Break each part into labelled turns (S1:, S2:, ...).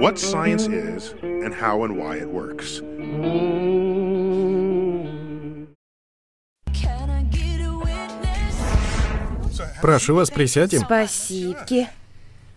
S1: what science is and how and why it works.
S2: Can I get a witness?
S3: Прошу вас, присядем.
S4: Спасибки.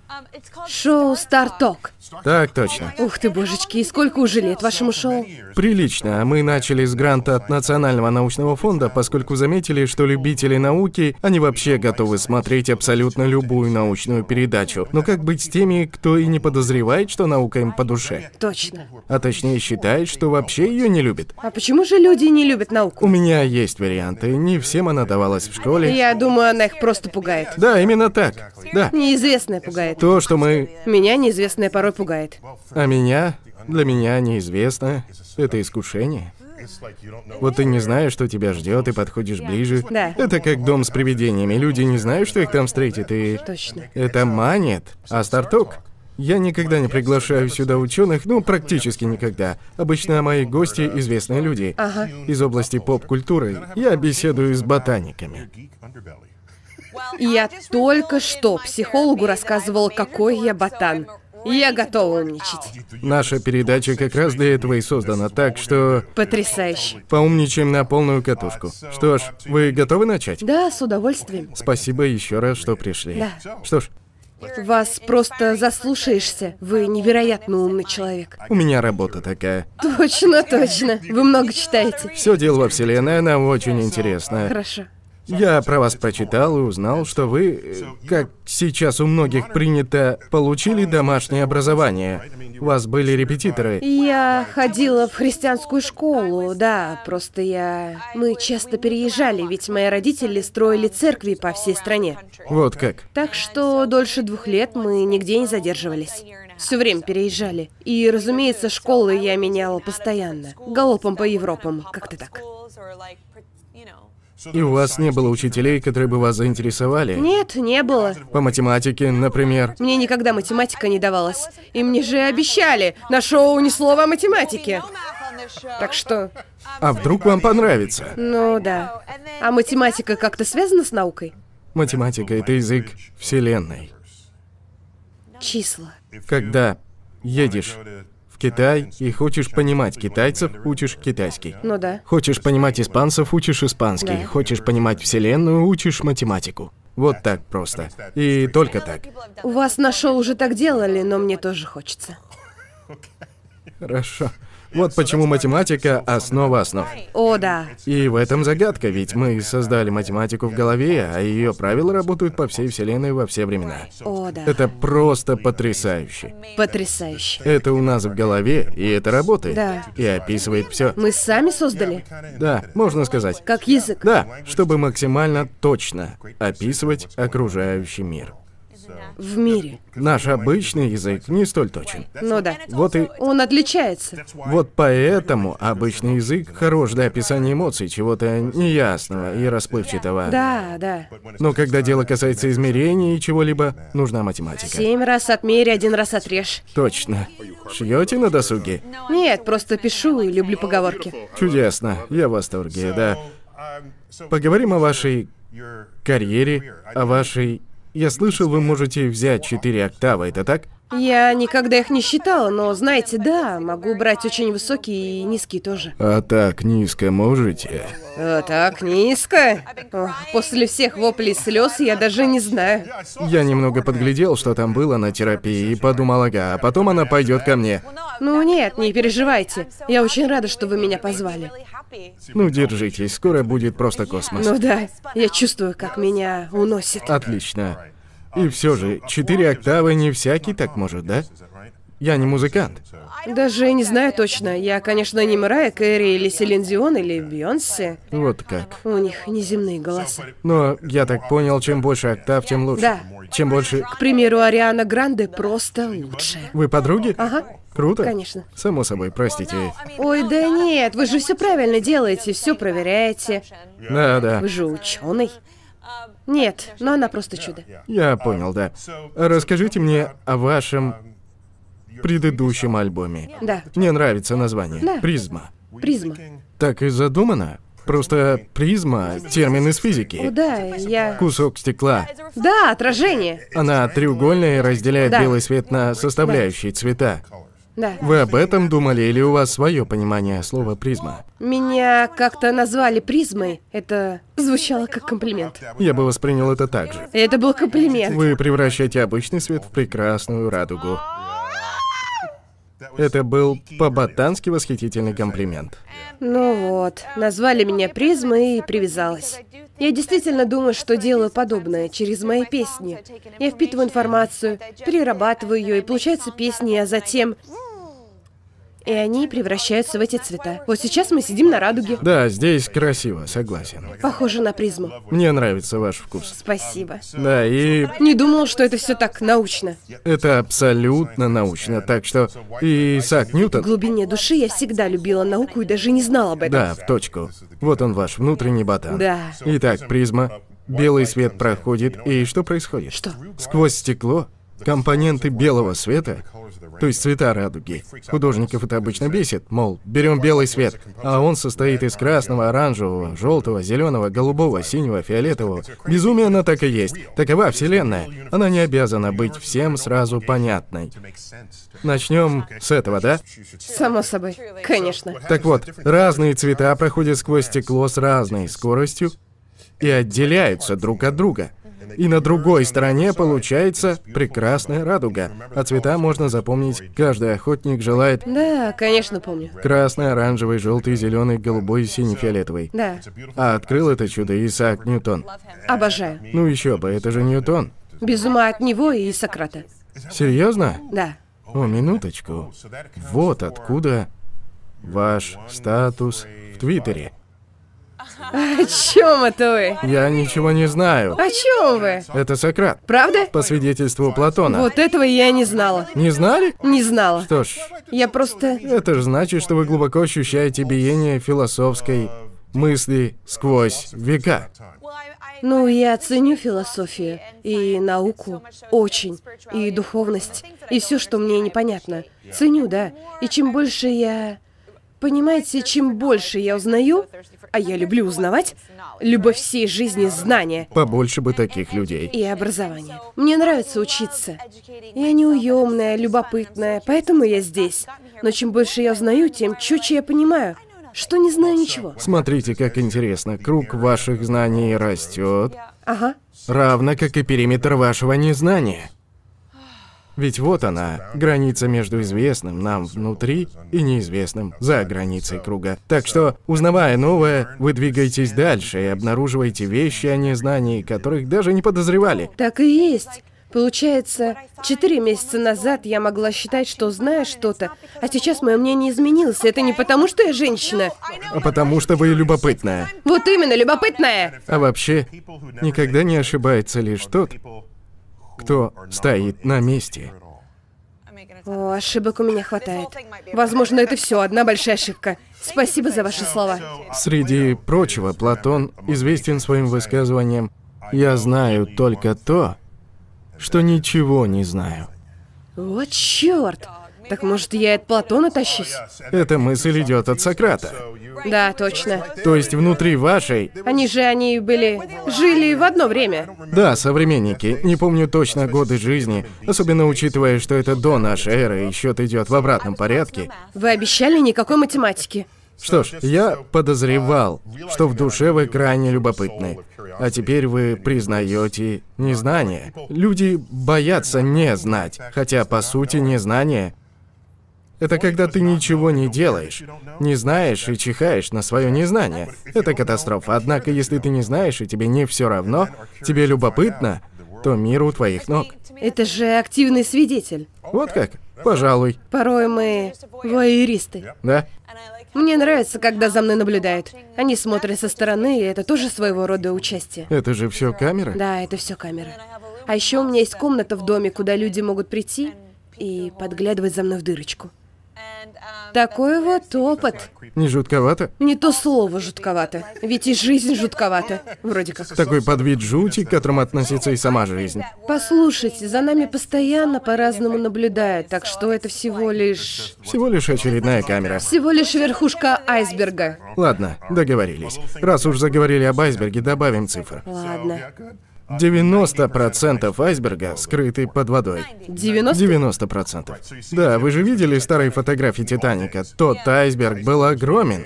S2: Um, it's called
S4: Шоу «Старток».
S3: Так точно.
S4: Ух ты, божечки, и сколько уже лет вашему шоу?
S3: Прилично. Мы начали с гранта от Национального научного фонда, поскольку заметили, что любители науки, они вообще готовы смотреть абсолютно любую научную передачу. Но как быть с теми, кто и не подозревает, что наука им по душе?
S4: Точно.
S3: А точнее считает, что вообще ее не любит.
S4: А почему же люди не любят
S3: У
S4: науку?
S3: меня есть варианты. Не всем она давалась в школе.
S4: Я думаю, она их просто пугает.
S3: Да, именно так. Да.
S4: Неизвестное пугает.
S3: То, что мы...
S4: Меня неизвестное порой пугает.
S3: А меня... Для меня неизвестно. Это искушение.
S1: It's like you don't know.
S3: Вот ты не знаешь, что тебя ждет, и подходишь ближе.
S4: Да.
S3: Это как дом с привидениями. Люди не знают, что их там встретит, и...
S4: Точно.
S3: Это манит. А Старток? Я никогда не приглашаю сюда ученых, ну, практически никогда. Обычно мои гости — известные люди.
S4: Ага.
S3: Из области поп-культуры. Я беседую с ботаниками.
S1: Geek underbelly.
S4: Я только что психологу рассказывала, какой я ботан. Я готова умничать.
S3: Наша передача как раз для этого и создана, так что
S4: Потрясающе.
S3: поумничаем на полную катушку. Что ж, вы готовы начать?
S4: Да, с удовольствием.
S3: Спасибо еще раз, что пришли.
S4: Да.
S3: Что ж,
S4: Вас просто заслушаешься. Вы невероятно умный человек.
S3: у меня работа такая.
S4: Точно, точно. Вы много читаете.
S3: Все дело во Вселенной, она очень интересная.
S4: Хорошо.
S3: Я про вас прочитал и узнал, что вы, э, как сейчас у многих принято, получили домашнее образование. У вас были репетиторы.
S4: Я ходила в христианскую школу, да, просто я... Мы часто переезжали, ведь мои родители строили церкви по всей стране.
S3: Вот как.
S4: Так что дольше двух лет мы нигде не задерживались. Все время переезжали. И, разумеется, школы я меняла постоянно. Галопом по Европам, как-то так.
S3: И у вас не было учителей, которые бы вас заинтересовали?
S4: Нет, не было.
S3: По математике, например.
S4: Мне никогда математика не давалась. И мне же обещали, на шоу ни слова о математике. Так что,
S3: А вдруг вам понравится?
S4: ну да. А математика как-то связана с наукой?
S3: Математика — это язык Вселенной.
S4: Числа.
S3: Когда едешь в Китай и хочешь понимать китайцев, учишь китайский.
S4: Ну да.
S3: Хочешь понимать испанцев, учишь испанский.
S4: Да.
S3: Хочешь понимать Вселенную, учишь математику. Вот так просто. И только так.
S4: У вас на шоу уже так делали, но мне тоже хочется.
S3: Хорошо. Вот почему математика — основа основ.
S4: О, да.
S3: И в этом загадка, ведь мы создали математику в голове, а ее правила работают по всей Вселенной во все времена.
S4: О, да.
S3: Это просто потрясающе.
S4: Потрясающе.
S3: Это у нас в голове, и это работает.
S4: Да.
S3: И описывает все.
S4: Мы сами создали?
S3: Да, можно сказать.
S4: Как язык?
S3: Да, чтобы максимально точно описывать окружающий мир.
S4: В мире.
S3: Наш обычный язык не столь точен.
S4: Ну да.
S3: Вот и
S4: Он отличается.
S3: вот поэтому обычный язык хорош для описания эмоций, чего-то неясного и расплывчатого.
S4: Да, да.
S3: Но когда дело касается измерений и чего-либо, нужна математика.
S4: Семь раз отмерь, один раз отрежь.
S3: Точно. Шьете на досуге?
S4: Нет, просто пишу и люблю поговорки.
S3: Чудесно. Я в восторге, да.
S1: Um, so
S3: Поговорим о вашей
S1: your
S3: карьере, о вашей... Я слышал, вы можете взять четыре октавы, это так?
S4: Я никогда их не считала, но, знаете, да, могу брать очень высокие и низкие тоже.
S3: А так низко можете?
S4: А так низко. Ох, после всех воплей и слез я даже не знаю.
S3: Я немного подглядел, что там было на терапии, и подумал, ага, а потом она пойдет ко мне.
S4: Ну нет, не переживайте. Я очень рада, что вы меня позвали.
S3: Ну, держитесь, скоро будет просто А космос.
S4: Ну да, я чувствую, как меня уносит.
S3: Отлично. И все же, четыре октавы не всякий так может, да?
S1: is that right?
S3: Я не музыкант.
S4: Даже не знаю точно. Я, конечно, не Мэрайя Кэрри или Селин Дион или Бейонсе.
S3: Вот как.
S4: У них неземные голоса.
S3: Но я так понял, чем больше октав, тем лучше.
S4: Да.
S3: Чем больше...
S4: К примеру, Ариана Гранде просто лучшая.
S3: Вы подруги?
S4: Ага.
S3: Круто.
S4: Конечно.
S3: Само собой, простите.
S4: Ой, да нет, вы же все правильно делаете, все проверяете.
S3: Да, да.
S4: Вы же ученый. Нет, но она просто чудо.
S3: Я понял, да. Расскажите мне о вашем предыдущем альбоме.
S4: Да,
S3: Мне нравится название.
S4: Да.
S3: Призма.
S4: призма.
S3: Так и задумано? Просто призма — термин из
S4: О,
S3: физики.
S4: да, я...
S3: Кусок стекла.
S4: Да, отражение.
S3: Она треугольная и разделяет
S4: Да.
S3: белый свет на составляющие цвета.
S4: Да.
S3: Вы об этом думали или у вас свое понимание слова призма?
S4: Меня как-то назвали призмой. Это звучало как комплимент.
S3: Я бы воспринял это так же.
S4: Это был комплимент.
S3: Вы превращаете обычный свет в прекрасную радугу. Это был по-ботански восхитительный комплимент.
S4: Ну вот, назвали меня призмой и привязалась. Я действительно думаю, что делаю подобное через мои песни. Я впитываю информацию, перерабатываю ее, и получаются песни, а затем... И они превращаются в эти цвета. Вот сейчас мы сидим на радуге.
S3: Да, здесь красиво, согласен.
S4: Похоже на призму.
S3: Мне нравится ваш вкус.
S4: Спасибо.
S3: Да, и
S4: Не думал, что это все так научно.
S3: это абсолютно научно, так что... И Исаак
S4: В
S3: Ньютон...
S4: глубине души я всегда любила науку и даже не знала об этом.
S3: Да, в точку. Вот он ваш внутренний ботан.
S4: Да.
S3: Итак, призма. Белый свет проходит, и что происходит?
S4: Что?
S3: Сквозь стекло компоненты белого света, то есть цвета радуги. Художников это обычно бесит, мол, берем белый свет, а он состоит из красного, оранжевого, желтого, зеленого, голубого, синего, фиолетового. Безумие она так и есть. Такова Вселенная. Она не обязана быть всем сразу понятной. Начнем с этого, да?
S4: Само собой. Конечно.
S3: Так вот, разные цвета проходят сквозь стекло с разной скоростью и отделяются друг от друга. И на другой стороне получается прекрасная радуга. А цвета можно запомнить. Каждый охотник желает
S4: Да, конечно, помню.
S3: красный, оранжевый, желтый, зеленый, голубой, синий, фиолетовый.
S4: Да.
S3: А открыл это чудо Исаак Ньютон.
S4: Обожаю.
S3: Ну еще бы, это же Ньютон.
S4: Без ума от него и Сократа.
S3: Серьезно?
S4: Да.
S3: О, минуточку. Вот откуда ваш статус в Твиттере.
S4: О чем это вы?
S3: Я ничего не знаю.
S4: О чем вы?
S3: Это Сократ.
S4: Правда?
S3: По свидетельству Платона.
S4: Вот этого я не знала.
S3: Не знали?
S4: Не знала.
S3: Что ж,
S4: Я просто...
S3: это же значит, что вы глубоко ощущаете биение философской мысли сквозь века.
S4: Ну, я ценю философию и науку очень, и духовность, и все, что мне непонятно. Ценю, да. И чем больше я... Понимаете, чем больше я узнаю, а я люблю узнавать, любовь всей жизни — знания
S3: Побольше бы таких людей.
S4: и образование. Мне нравится учиться. Я неуемная, любопытная, поэтому я здесь. Но чем больше я узнаю, тем четче я понимаю, что не знаю ничего.
S3: Смотрите, как интересно, круг ваших знаний растет,
S4: Ага.
S3: равно как и периметр вашего незнания. Ведь вот она, граница между известным нам внутри и неизвестным за границей круга. Так что, узнавая новое, вы двигаетесь дальше и обнаруживаете вещи о незнании, которых даже не подозревали.
S4: Так и есть. Получается, четыре месяца назад я могла считать, что знаю что-то, а сейчас мое мнение изменилось. и Это не потому, что я женщина.
S3: А потому что вы любопытная.
S4: Вот именно, любопытная.
S3: А вообще, никогда не ошибается лишь тот, кто стоит на месте.
S4: О, ошибок у меня хватает. Возможно, это все одна большая ошибка. Спасибо за ваши слова.
S3: Среди прочего, Платон известен своим высказыванием «Я знаю только то, что ничего не знаю».
S4: Вот черт. Так может, я от Платона тащусь?
S3: Эта мысль идет от Сократа.
S4: Да, точно.
S3: То есть внутри вашей...
S4: Они же, они были... Жили в одно время.
S3: Да, современники, не помню точно годы жизни, особенно учитывая, что это до нашей эры, и счет идет в обратном порядке.
S4: Вы обещали никакой математики.
S3: Что ж, я подозревал, что в душе вы крайне любопытны. А теперь вы признаете незнание. Люди боятся не знать, хотя по сути незнание — это когда ты ничего не делаешь, не знаешь и чихаешь на свое незнание. Это катастрофа. Однако, если ты не знаешь и тебе не все равно, тебе любопытно, то мир у твоих ног.
S4: Это же активный свидетель.
S3: Вот как? Пожалуй,
S4: Порой мы воеристы.
S3: да?
S4: Мне нравится, когда за мной наблюдают. Они смотрят со стороны, и это тоже своего рода участие.
S3: Это же все камера.
S4: Да, это все камеры. А еще у меня есть комната в доме, куда люди могут прийти и подглядывать за мной в дырочку. Такой вот опыт.
S3: Не жутковато?
S4: Не то слово жутковато. Ведь и жизнь жутковата. Вроде как.
S3: Такой подвид жути, к которому относится и сама жизнь.
S4: Послушайте, за нами постоянно по-разному наблюдают, так что это всего лишь...
S3: Всего лишь очередная камера.
S4: Всего лишь верхушка айсберга.
S3: Ладно, договорились. Раз уж заговорили об айсберге, добавим цифр.
S4: Ладно.
S3: 90% айсберга скрыты под водой.
S4: 90?
S3: 90%. Да, вы же видели старые фотографии Титаника? Тот айсберг был огромен.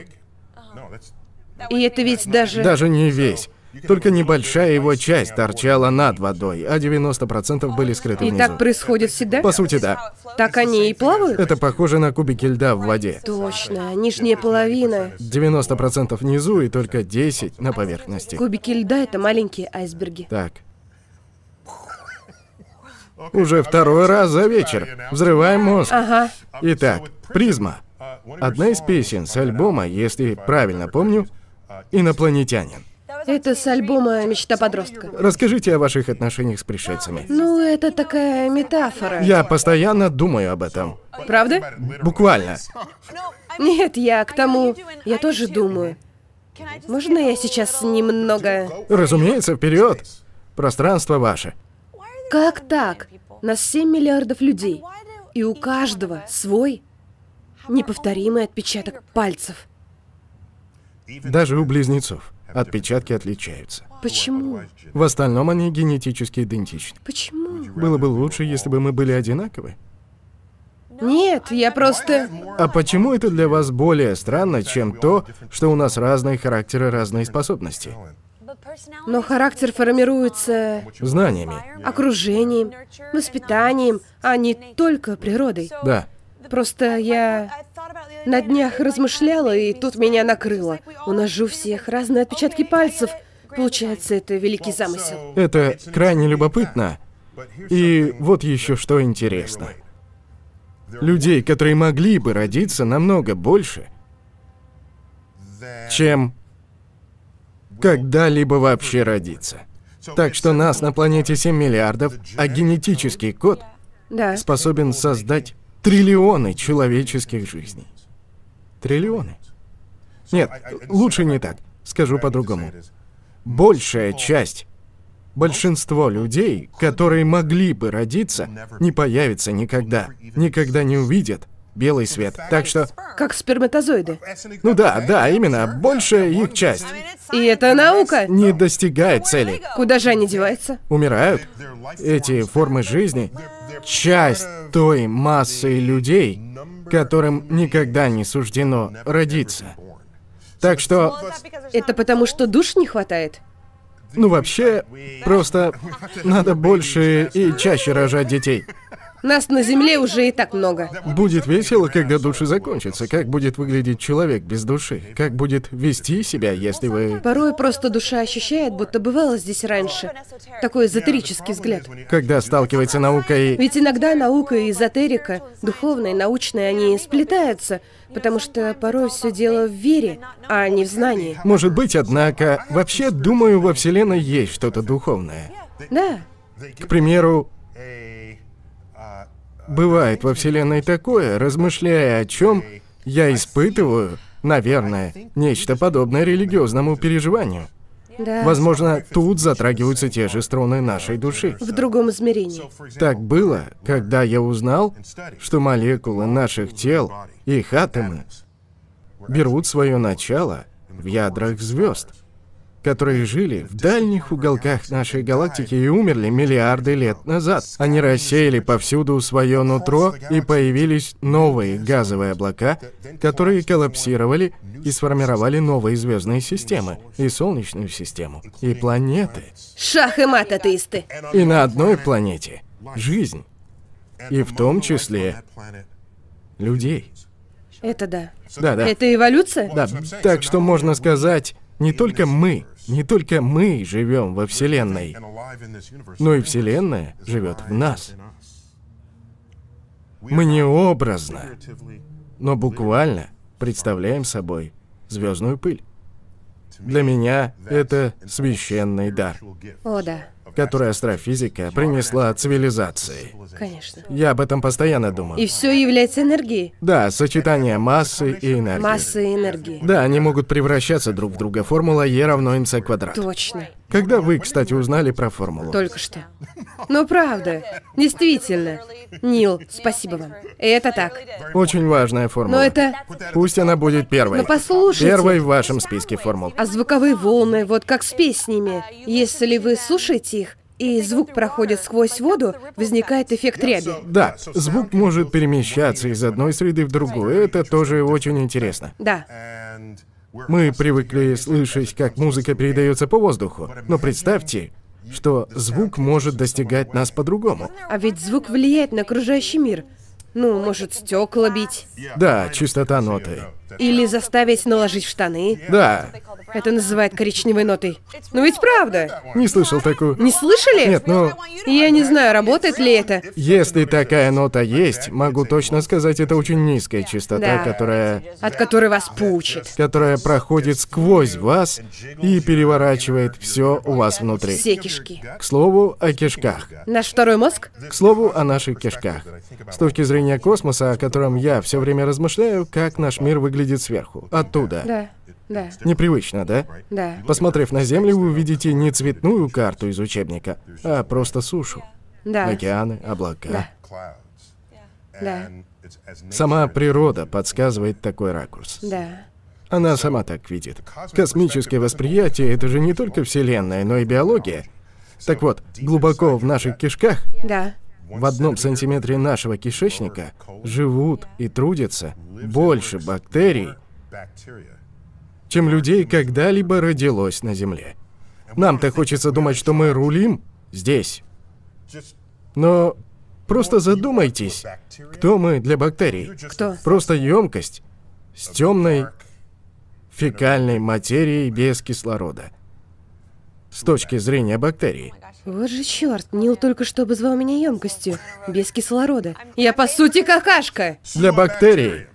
S4: И это ведь даже...
S3: Даже не весь. Только небольшая его часть торчала над водой, а 90% были скрыты
S4: И так
S3: внизу.
S4: происходит всегда?
S3: По сути, да.
S4: Так они и плавают?
S3: Это похоже на кубики льда в воде.
S4: Точно, нижняя половина.
S3: 90% внизу и только 10% на поверхности.
S4: Кубики льда — это маленькие айсберги.
S3: Так. Уже второй раз за вечер. Взрываем мозг.
S4: Ага.
S3: Итак, «Призма». Одна из песен с альбома, если правильно помню, «Инопланетянин».
S4: Это с альбома «Мечта подростка».
S3: Расскажите о ваших отношениях с пришельцами.
S4: Ну, это такая метафора.
S3: Я постоянно думаю об этом.
S4: Правда?
S3: Буквально.
S4: Нет, я к тому... Я тоже думаю. Можно я сейчас немного...
S3: Разумеется, вперед. Пространство ваше.
S4: Как так? Нас 7 миллиардов людей. И у каждого свой неповторимый отпечаток пальцев.
S3: Даже у близнецов отпечатки отличаются.
S4: Почему?
S3: В остальном они генетически идентичны.
S4: Почему?
S3: Было бы лучше, если бы мы были одинаковы.
S4: Нет, я просто...
S3: А почему это для вас более странно, чем то, что у нас разные характеры, разные способности?
S4: Но характер формируется
S3: Знаниями.
S4: окружением, воспитанием, а не только природой.
S3: Да.
S4: Просто я на днях размышляла, и тут меня накрыло. У нас же у всех разные отпечатки пальцев. Получается, это великий замысел.
S3: Это крайне любопытно. И вот еще что интересно. Людей, которые могли бы родиться, намного больше, чем когда-либо вообще родиться. Так что нас на планете 7 миллиардов, а генетический код
S4: Да.
S3: способен создать триллионы человеческих жизней. Триллионы. Нет, лучше не так. Скажу по-другому. Большая часть, большинство людей, которые могли бы родиться, не появятся никогда, никогда не увидят белый свет. Так что,
S4: Как сперматозоиды.
S3: ну да, да, именно, большая их часть
S4: И это наука.
S3: не достигает цели.
S4: Куда же они деваются?
S3: Умирают эти формы жизни, часть той массы людей, которым никогда не суждено родиться. Так что,
S4: Это потому, что душ не хватает?
S3: ну вообще, просто надо больше и чаще рожать детей.
S4: Нас на Земле уже и так много.
S3: Будет весело, когда души закончатся. Как будет выглядеть человек без души? Как будет вести себя, если вы...
S4: Порой просто душа ощущает, будто бывала здесь раньше. Такой эзотерический взгляд.
S3: Когда сталкивается наука и...
S4: Ведь иногда наука и эзотерика, духовная и научная, они сплетаются, потому что порой все дело в вере, а не в знании.
S3: Может быть, однако, вообще, думаю, во Вселенной есть что-то духовное.
S4: Да,
S3: К примеру, Бывает во Вселенной такое, размышляя о чем, я испытываю, наверное, нечто подобное религиозному переживанию.
S4: да.
S3: Возможно, тут затрагиваются те же струны нашей души.
S4: В другом измерении.
S3: Так было, когда я узнал, что молекулы наших тел, их атомы, берут свое начало в ядрах звезд, которые жили в дальних уголках нашей галактики и умерли миллиарды лет назад. Они рассеяли повсюду свое нутро и появились новые газовые облака, которые коллапсировали и сформировали новые звездные системы, и Солнечную систему, и планеты.
S4: Шах и мат, атеисты.
S3: И на одной планете жизнь, и в том числе людей.
S4: Это да.
S3: Да-да.
S4: Это эволюция?
S3: Да, так что можно сказать, не только мы, не только мы живем во Вселенной, но и Вселенная живет в нас. Мы не образно, но буквально представляем собой звездную пыль. Для меня это священный дар.
S4: О, да.
S3: которые астрофизика принесла цивилизации.
S4: Конечно.
S3: Я об этом постоянно думаю.
S4: И все является энергией.
S3: Да, сочетание массы и энергии.
S4: Масса и энергии.
S3: Да, они могут превращаться друг в друга. Формула Е равно МЦ квадрат.
S4: Точно.
S3: Когда вы, кстати, узнали про формулу?
S4: Только что. Ну правда. Действительно. Нил, спасибо вам. Это так.
S3: Очень важная формула.
S4: Но это...
S3: Пусть она будет первой.
S4: Но послушайте.
S3: Первой в вашем списке формул.
S4: А звуковые волны, вот как с песнями. Если вы слушаете их, и звук проходит сквозь воду, возникает эффект ряби.
S3: Да, звук может перемещаться из одной среды в другую. Это тоже очень интересно.
S4: Да.
S3: Мы привыкли слышать, как музыка передается по воздуху. Но представьте, что звук может достигать нас по-другому.
S4: А ведь звук влияет на окружающий мир. Ну, может, стекла бить.
S3: Да, чистота ноты.
S4: Или заставить наложить в штаны.
S3: Да,
S4: Это называют коричневой нотой. Ну ведь правда.
S3: не слышал такую.
S4: Не слышали?
S3: Нет, ну,
S4: Я не знаю, работает ли это.
S3: если такая нота есть, могу точно сказать, это очень низкая частота,
S4: Да.
S3: которая
S4: От которой вас пучит.
S3: которая проходит сквозь вас и переворачивает все у вас внутри.
S4: Все кишки.
S3: К слову о кишках.
S4: Наш второй мозг?
S3: К слову о наших кишках. С точки зрения космоса, о котором я все время размышляю, как наш мир выглядит сверху, оттуда.
S4: Да. Да.
S3: Непривычно, да?
S4: Да.
S3: Посмотрев на Землю, вы увидите не цветную карту из учебника, а просто сушу.
S4: Да.
S3: Океаны, облака.
S4: Да.
S3: Сама природа подсказывает такой ракурс.
S4: Да.
S3: Она сама так видит. Космическое восприятие — это же не только Вселенная, но и биология. Так вот, глубоко в наших кишках,
S4: Да.
S3: в одном сантиметре нашего кишечника, живут и трудятся больше бактерий, чем людей когда-либо родилось на Земле. Нам-то хочется думать, что мы рулим здесь. Но просто задумайтесь, кто мы для бактерий.
S4: Кто?
S3: Просто емкость с темной фекальной материей без кислорода. С точки зрения бактерий.
S4: Вот же черт, Нил только что обозвал меня емкостью. Без кислорода. Я по сути какашка.
S3: Для бактерий,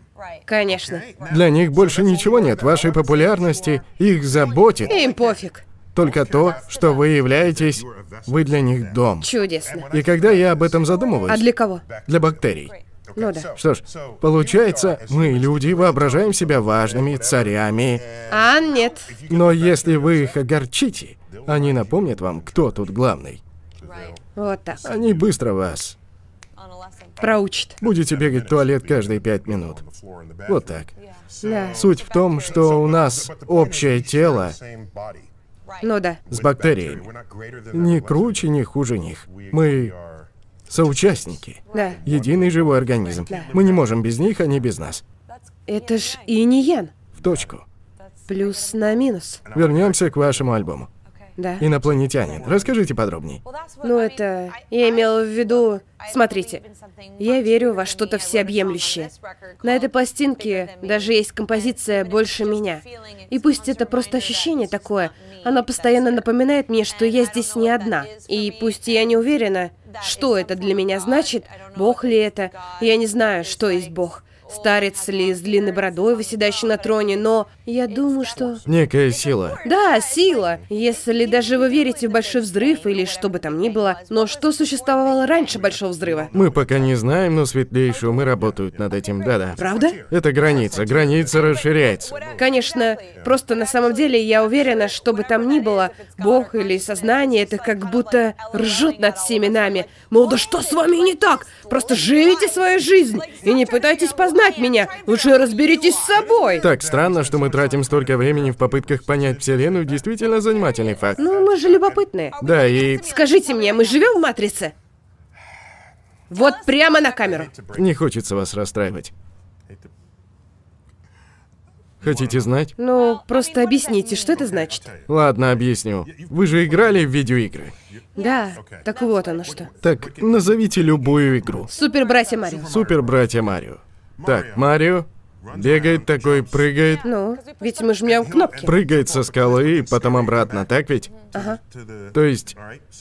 S4: Конечно.
S3: для них больше ничего нет. Вашей популярности их заботит
S4: Им пофиг.
S3: только то, что вы являетесь, вы для них дом.
S4: Чудесно.
S3: И когда я об этом
S4: А
S3: задумываюсь,
S4: для кого?
S3: для бактерий.
S4: Ну да.
S3: Что ж, получается, мы, люди, воображаем себя важными, царями,
S4: А нет.
S3: но если вы их огорчите, они напомнят вам, кто тут главный.
S4: Вот так.
S3: Они быстро вас
S4: Проучит.
S3: Будете бегать в туалет каждые пять минут. Вот так.
S4: Да.
S3: Суть в том, что у нас общее тело
S4: Ну да.
S3: с бактериями. Не круче, не хуже них. Мы соучастники.
S4: Да.
S3: Единый живой организм. Мы не можем без них, они без нас.
S4: Это ж и не ян.
S3: В точку.
S4: Плюс на минус.
S3: Вернемся к вашему альбому.
S4: Да.
S3: Инопланетянин. Расскажите подробней.
S4: Ну это... Я имела в виду... Смотрите, я верю во что-то всеобъемлющее. На этой пластинке даже есть композиция «Больше меня». И пусть это просто ощущение такое, оно постоянно напоминает мне, что я здесь не одна. И пусть я не уверена, что это для меня значит, Бог ли это, я не знаю, что есть Бог. Старец ли с длинной бородой, восседающий на троне, но я думаю, что...
S3: Некая сила.
S4: Да, сила. Если даже вы верите в большой взрыв или что бы там ни было, но что существовало раньше большого взрыва?
S3: Мы пока не знаем, но светлейшие умы работают над этим. Да-да.
S4: Правда?
S3: Это граница. Граница расширяется.
S4: Конечно, просто на самом деле я уверена, что бы там ни было, Бог или сознание, это как будто ржет над всеми нами. Мол, да что с вами не так? Просто живите свою жизнь и не пытайтесь познать меня. Лучше разберитесь с собой.
S3: Так странно, что мы тратим столько времени в попытках понять Вселенную, действительно занимательный факт.
S4: Ну, мы же любопытные.
S3: Да, и
S4: Скажите мне, мы живем в матрице? Вот прямо на камеру.
S3: не хочется вас расстраивать. Хотите знать?
S4: Ну, просто объясните, что это значит.
S3: Ладно, объясню. Вы же играли в видеоигры.
S4: Да, так вот оно что.
S3: Так, назовите любую игру.
S4: Супер братья Марио.
S3: Супер братья Марио. Так, Марио бегает такой, прыгает,
S4: Ну, ведь мы жмем кнопки.
S3: прыгает со скалы и потом обратно, так ведь? То есть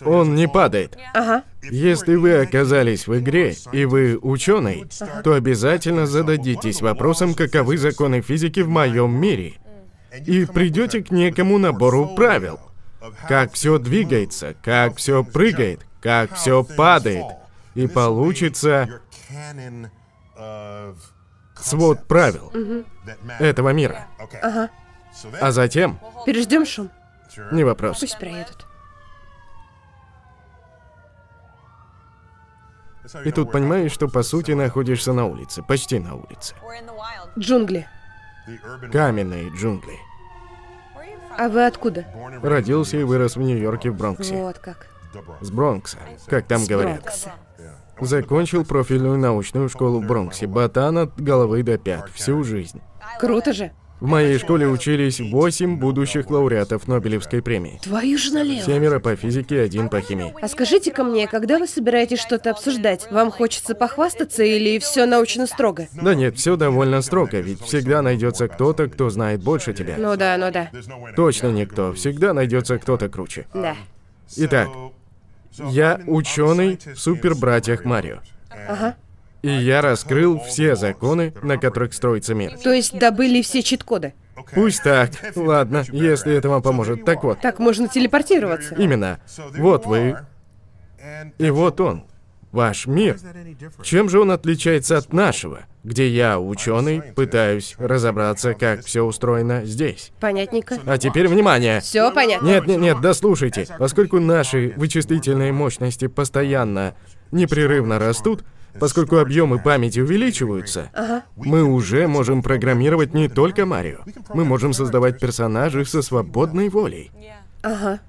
S3: он не падает.
S4: Ага.
S3: Если вы оказались в игре и вы ученый, то обязательно зададитесь вопросом, каковы законы физики в моем мире, и придете к некому набору правил. как все двигается, как все прыгает, как все падает. И получится свод правил этого мира.
S1: Ага.
S3: А затем,
S4: Переждем шум.
S3: не вопрос.
S4: Пусть проедут.
S3: И тут понимаешь, что по сути находишься на улице, почти на улице.
S2: We're in the wild.
S4: Джунгли.
S3: Каменные джунгли.
S2: Where are you from?
S4: А вы откуда?
S3: Родился и вырос в Нью-Йорке в Бронксе.
S4: Вот как.
S3: С Бронкса, как там говорят.
S4: Бронкса.
S3: Закончил профильную научную школу в Бронксе. Ботан от головы до пят. Всю жизнь.
S4: Круто же.
S3: В моей школе учились 8 будущих лауреатов Нобелевской премии.
S4: Твою ж налево.
S3: Семеро по физике, один по химии.
S4: А скажите-ка мне, когда вы собираетесь что-то обсуждать? Вам хочется похвастаться или все научно строго?
S3: Да нет, все довольно строго, ведь всегда найдется кто-то, кто знает больше тебя.
S4: Ну да, ну да.
S3: Точно никто, всегда найдется кто-то круче.
S4: Да.
S3: Итак, я ученый в супербратьях Марио.
S1: Ага.
S3: И я раскрыл все законы, на которых строится мир.
S4: То есть добыли все чит-коды.
S3: Пусть так. Ладно, если это вам поможет. Так вот.
S4: Так можно телепортироваться.
S3: Именно. Вот вы, и вот он. Ваш мир. Чем же он отличается от нашего, где я, ученый, пытаюсь разобраться, как все устроено здесь?
S4: Понятненько.
S3: А теперь внимание!
S4: Все понятно.
S3: Нет, нет, нет, дослушайте. Поскольку наши вычислительные мощности постоянно, непрерывно растут, поскольку объемы памяти увеличиваются, мы уже можем программировать не только Марио. Мы можем создавать персонажей со свободной волей.
S2: Yeah.
S4: Ага.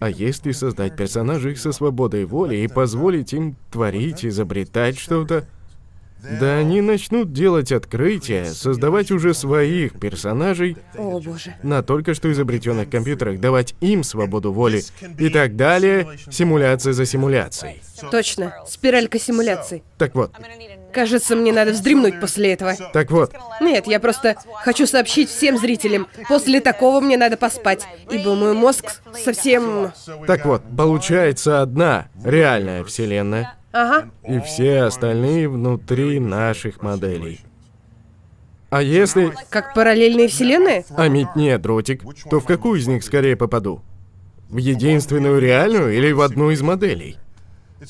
S3: А если создать персонажей со свободой воли и позволить им творить, изобретать что-то, да они начнут делать открытия, создавать уже своих персонажей
S4: О боже.
S3: на только что изобретенных компьютерах, давать им свободу воли и так далее, симуляция за симуляцией.
S4: Точно. Спиралька симуляций.
S3: Так вот,
S2: I'm gonna need a
S4: Кажется, мне надо вздремнуть после этого.
S3: так вот,
S4: Нет, я просто хочу сообщить всем зрителям. После такого мне надо поспать, ибо мой мозг совсем...
S3: так вот, получается одна реальная вселенная
S4: Ага.
S3: и все остальные внутри наших моделей. А если
S4: Как параллельные вселенные?
S3: А ведь нет, дротик, то в какую из них скорее попаду? В единственную реальную или в одну из моделей?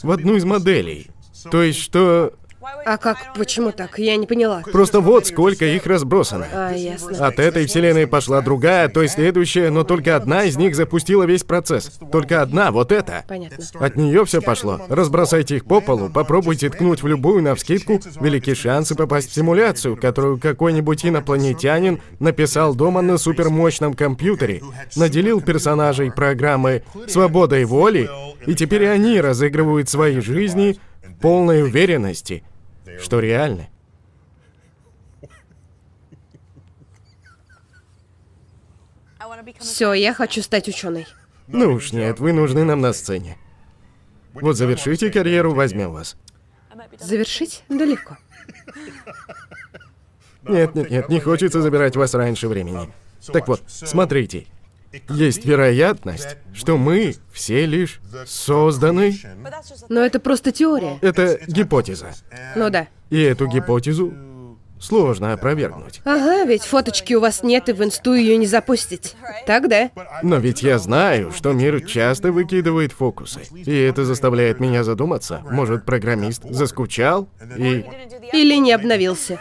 S3: В одну из моделей. То есть что...
S2: Why would
S4: А как? Почему так? Я не поняла.
S3: Просто вот сколько их разбросано.
S4: А, ясно.
S3: От этой вселенной пошла другая, то есть следующая, но только одна из них запустила весь процесс. Только одна, вот эта.
S4: Понятно.
S3: От нее все пошло. Разбросайте их по полу, попробуйте ткнуть в любую навскидку. Велики шансы попасть в симуляцию, которую какой-нибудь инопланетянин написал дома на супермощном компьютере, наделил персонажей программы свободой воли, и теперь они разыгрывают свои жизни в полной уверенности, что реально.
S2: I wanna become a
S4: Все, я хочу стать ученой.
S3: Ну уж нет, вы нужны нам на сцене. Вот завершите карьеру, возьмем вас.
S2: I might be done.
S4: Завершить? Да легко.
S3: Нет, нет, нет, не хочется забирать вас раньше времени. Так вот, смотрите. Есть вероятность, что мы все лишь созданы...
S2: But that's just a
S4: Но это просто теория.
S3: Это гипотеза.
S4: Ну да.
S3: э, И эту гипотезу сложно опровергнуть.
S4: Ага, ведь фоточки у вас нет, и в инсту ее не запустить. Так, да?
S3: Но ведь я знаю, что мир часто выкидывает фокусы. И это заставляет меня задуматься. Может, программист заскучал и...
S2: You didn't do the
S4: Или не обновился.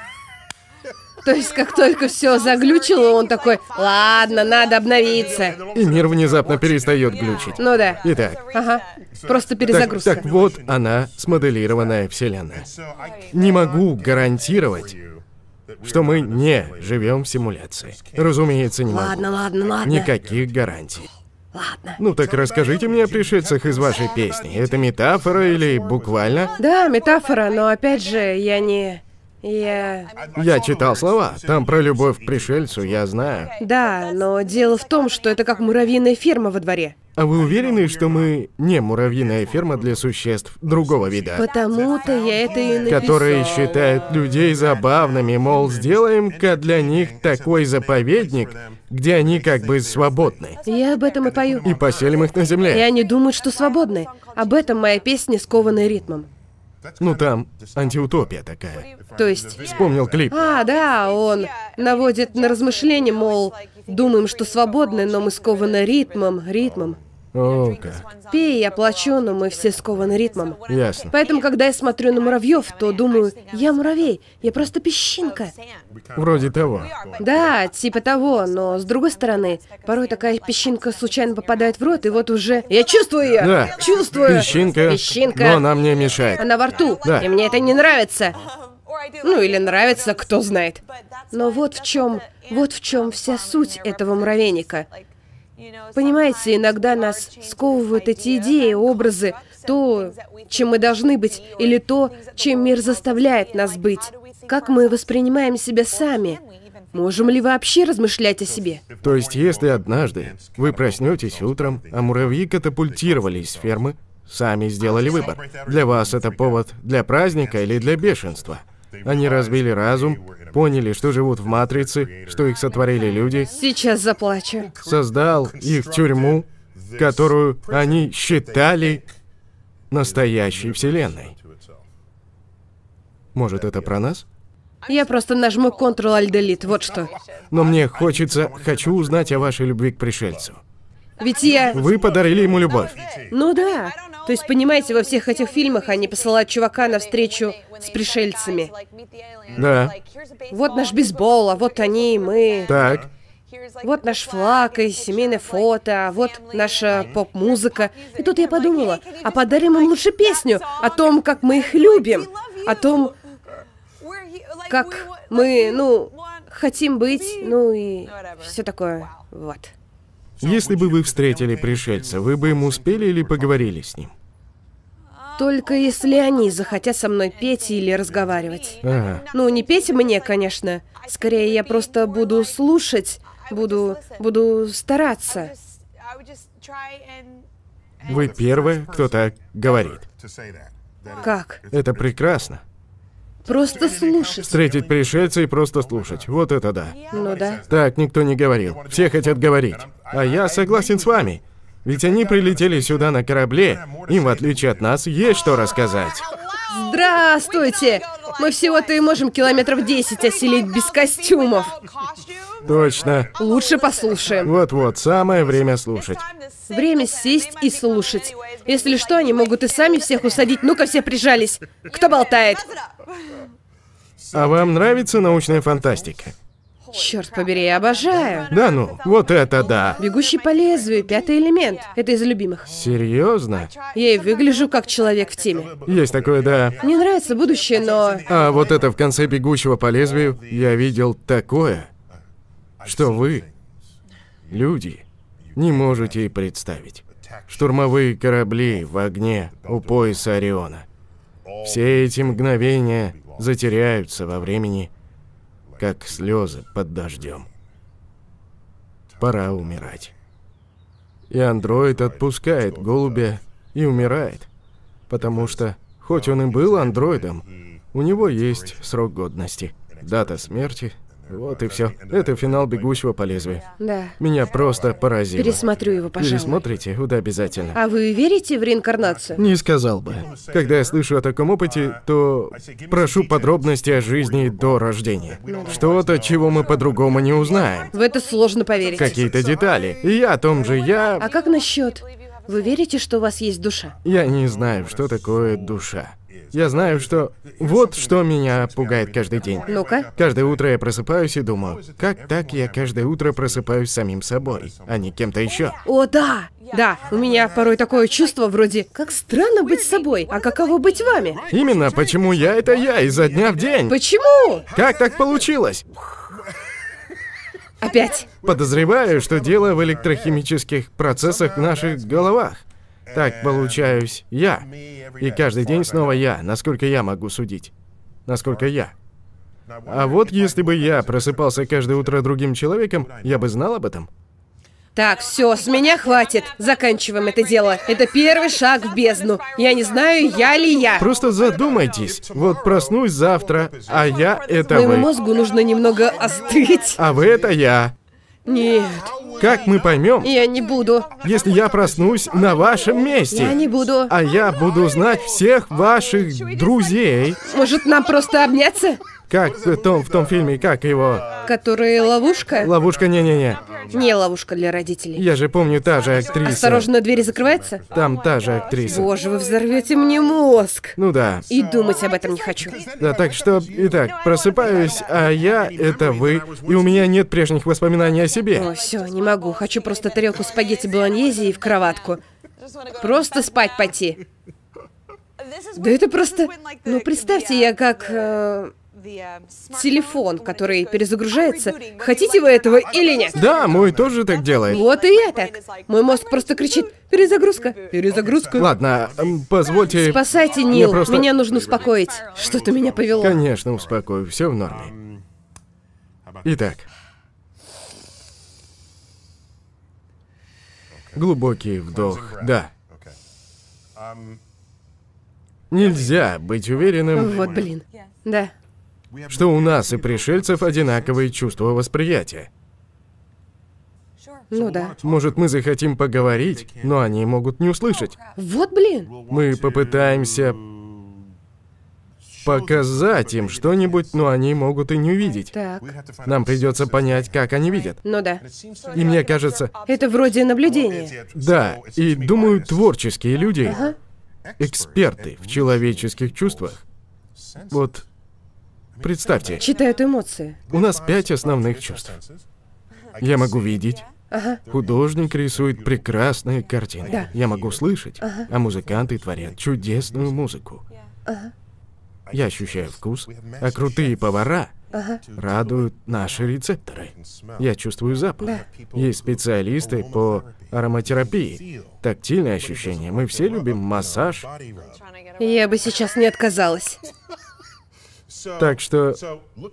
S4: То есть, как только все заглючило, он такой, ладно, надо обновиться.
S3: И мир внезапно перестает глючить.
S4: Ну да.
S3: Итак,
S4: Ага. Просто
S3: так,
S4: перезагрузка.
S3: так вот она, смоделированная вселенная. Не могу гарантировать, что мы не живем в симуляции. Разумеется, не могу.
S4: Ладно, ладно, ладно.
S3: Никаких гарантий.
S4: Ладно.
S3: Ну так расскажите мне о пришельцах из вашей песни. Это метафора или буквально?
S4: Да, метафора, но опять же, я не... Я...
S3: Я читал слова. Там про любовь к пришельцу, я знаю.
S4: Да, но дело в том, что это как муравьиная ферма во дворе.
S3: А вы уверены, что мы не муравьиная ферма для существ другого вида?
S4: Потому-то я это и написала.
S3: Которые считают людей забавными, мол, сделаем-ка для них такой заповедник, где они как бы свободны.
S4: Я об этом и пою.
S3: И поселим их на
S4: И
S3: земле.
S4: они думают, что свободны. Об этом моя песня, скованная ритмом.
S3: Ну там антиутопия такая.
S4: То есть-
S3: Вспомнил клип.
S4: А, да, он наводит на размышления, мол, думаем, что свободны, но мы скованы ритмом, ритмом.
S3: О, как.
S4: Пей, я плачу, но мы все скованы ритмом.
S3: Ясно.
S4: Поэтому, когда я смотрю на муравьев, то думаю, я муравей, я просто песчинка.
S3: Вроде того.
S4: Да, типа того, но с другой стороны, порой такая песчинка случайно попадает в рот, и вот уже... Я чувствую ее!
S3: Да.
S4: Чувствую!
S3: Песчинка.
S4: Песчинка.
S3: Но она мне мешает.
S4: Она во рту,
S3: Да.
S4: и мне это не нравится. Ну или нравится, кто знает.
S2: Но вот в чем, вот в чем вся суть этого муравейника.
S4: Понимаете, иногда нас сковывают эти идеи, образы, то, чем мы должны быть, или то, чем мир заставляет нас быть. Как мы воспринимаем себя сами? Можем ли вообще размышлять о себе?
S3: То есть, если однажды вы проснетесь утром, а муравьи катапультировались с фермы, сами сделали выбор. Для вас это повод для праздника или для бешенства. Они разбили разум, поняли, что живут в матрице, что их сотворили люди,
S4: Сейчас заплачу.
S3: создал их тюрьму, которую они считали настоящей вселенной. Может, это про нас?
S4: Я просто нажму Ctrl Alt Delete, вот что.
S3: Но мне хочется, хочу узнать о вашей любви к пришельцу.
S4: Ведь я...
S3: Вы подарили ему любовь.
S4: Ну да. То есть, понимаете, во всех этих фильмах они посылают чувака на встречу с пришельцами.
S3: Да.
S4: Вот наш бейсбол, а вот они и мы.
S3: Так,
S4: Вот наш флаг и семейное фото, а вот наша поп-музыка. И тут я подумала, а подарим им лучше песню о том, как мы их любим, о том, как мы, ну, хотим быть, ну и все такое. Вот.
S3: если бы вы встретили пришельца, вы бы ему спели или поговорили с ним?
S4: Только если они захотят со мной петь или разговаривать.
S3: Ага.
S4: Ну, не петь мне, конечно. Скорее, я просто буду слушать, буду, буду стараться.
S3: Вы первая, кто так говорит.
S4: Как?
S3: Это прекрасно.
S4: Просто слушать.
S3: Встретить пришельца и просто слушать. Вот это да.
S4: Ну да.
S3: Так никто не говорил. Все хотят говорить. А я согласен с вами. Ведь они прилетели сюда на корабле. Им, в отличие от нас, есть что рассказать.
S4: Здравствуйте! Мы всего-то и можем километров 10 оселить без костюмов.
S3: Точно.
S4: Лучше послушаем.
S3: Вот-вот, самое время слушать.
S4: Время сесть и слушать. Если что, они могут и сами всех усадить. Ну-ка, все прижались. Кто болтает?
S3: А вам нравится научная фантастика?
S4: Черт побери, я обожаю.
S3: Да ну, вот это да.
S4: Бегущий по лезвию, пятый элемент. Это из любимых.
S3: Серьезно?
S4: Я и выгляжу как человек в теме.
S3: Есть такое, да.
S4: Мне нравится будущее, но...
S3: А вот это в конце бегущего по лезвию я видел такое, что вы, люди, не можете и представить. Штурмовые корабли в огне у пояса Ориона. Все эти мгновения затеряются во времени, как слезы под дождем. Пора умирать. И андроид отпускает голубя и умирает, потому что, хоть он и был андроидом, у него есть срок годности, дата смерти. Вот и все. Это финал бегущего по лезвию.
S4: Да.
S3: Меня просто поразило.
S4: Пересмотрю его, пожалуй.
S3: Пересмотрите, да, обязательно.
S4: А вы верите в реинкарнацию?
S3: Не сказал бы. Когда я слышу о таком опыте, то прошу подробности о жизни до рождения. Что-то, чего мы по-другому не узнаем.
S4: В это сложно поверить.
S3: Какие-то детали. И я о том же,
S4: А
S3: я...
S4: как насчет? Вы верите, что у вас есть душа?
S3: Я не знаю, что такое душа. Я знаю, что... Вот что меня пугает каждый день.
S4: Ну-ка.
S3: Каждое утро я просыпаюсь и думаю, как так я каждое утро просыпаюсь самим собой, а не кем-то еще.
S4: О, да! Да, у меня порой такое чувство вроде «Как странно быть собой, а каково быть вами?»
S3: Именно почему я это я изо дня в день.
S4: Почему?
S3: Как так получилось?
S4: Опять.
S3: Подозреваю, что дело в электрохимических процессах в наших головах. Так получаюсь я. И каждый день снова я, насколько я могу судить. Насколько я. А вот если бы я просыпался каждое утро другим человеком, я бы знал об этом.
S4: Так, все, с меня хватит. Заканчиваем это дело. Это первый шаг в бездну. Я не знаю, я ли я.
S3: Просто задумайтесь. Вот проснусь завтра, а я это
S4: Моему
S3: вы.
S4: мозгу нужно немного остыть.
S3: А вы это я.
S4: Нет,
S3: Как мы поймем,
S4: я не буду.
S3: если я проснусь на вашем месте?
S4: Я не буду.
S3: А я буду знать всех ваших друзей.
S4: Может, нам просто обняться?
S3: Как в том, в том фильме, как его?
S4: Которые ловушка?
S3: Ловушка, не-не-не.
S4: Не ловушка для родителей.
S3: Я же помню, та же актриса.
S4: Осторожно, двери закрываются.
S3: Там та же актриса.
S4: Боже, вы взорвете мне мозг.
S3: Ну да.
S4: И думать об этом не хочу.
S3: Да, так что, итак, просыпаюсь, а я — это вы, и у меня нет прежних воспоминаний о
S4: О,
S3: себе.
S4: все, не могу. Хочу просто тарелку спагетти болоньезе и в кроватку. Просто спать пойти. Да это просто... Ну, представьте, я как... э,
S5: телефон, который перезагружается. Хотите вы этого или нет?
S3: Да, мой тоже так делает.
S4: Вот и я так. Мой мозг просто кричит «Перезагрузка! Перезагрузка!»
S3: Ладно, эм, позвольте...
S4: Спасайте,
S3: Мне
S4: Нил,
S3: просто-
S4: меня нужно успокоить. Что-то меня повело.
S3: Конечно, успокою, все в норме. Итак. Глубокий вдох, да.
S1: Okay.
S3: Нельзя быть уверенным,
S4: Вот блин. Да.
S3: что у нас и пришельцев одинаковые чувства восприятия.
S4: Ну да.
S3: Может, мы захотим поговорить, но они могут не услышать.
S4: Вот блин.
S3: Мы попытаемся показать им что-нибудь, но они могут и не увидеть.
S4: Так.
S3: Нам придется понять, как они видят.
S4: Ну да.
S3: И мне кажется,
S4: Это вроде наблюдение.
S3: да, и думаю, творческие люди, эксперты в человеческих чувствах. Вот представьте,
S4: Читают эмоции.
S3: у нас пять основных чувств. Я могу видеть. Художник рисует прекрасные картины.
S4: Да.
S3: Я могу слышать, а музыканты творят чудесную музыку. Я ощущаю вкус, а крутые повара радуют наши рецепторы. Я чувствую запах. Есть специалисты по ароматерапии. Тактильные ощущения. Мы все любим массаж.
S4: Я бы сейчас не отказалась.
S3: Так что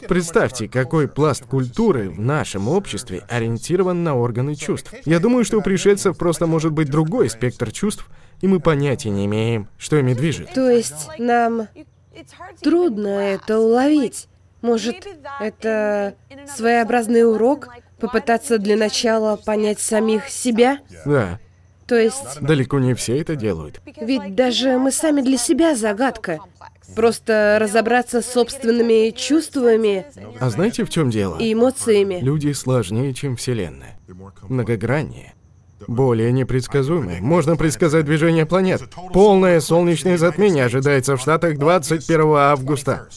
S3: представьте, какой пласт культуры в нашем обществе ориентирован на органы чувств. Я думаю, что у пришельцев просто может быть другой спектр чувств, и мы понятия не имеем, что ими движет.
S4: То есть нам трудно это уловить. Может, это своеобразный урок попытаться для начала понять самих себя?
S3: Да,
S4: То есть,
S3: далеко не все это делают.
S4: ведь даже мы сами для себя загадка. Просто разобраться с собственными чувствами
S3: А знаете, в чем дело?
S4: и эмоциями.
S3: Люди сложнее, чем Вселенная. Многограннее. Более непредсказуемые. Можно предсказать движение планет. Полное солнечное затмение ожидается в Штатах 21 августа.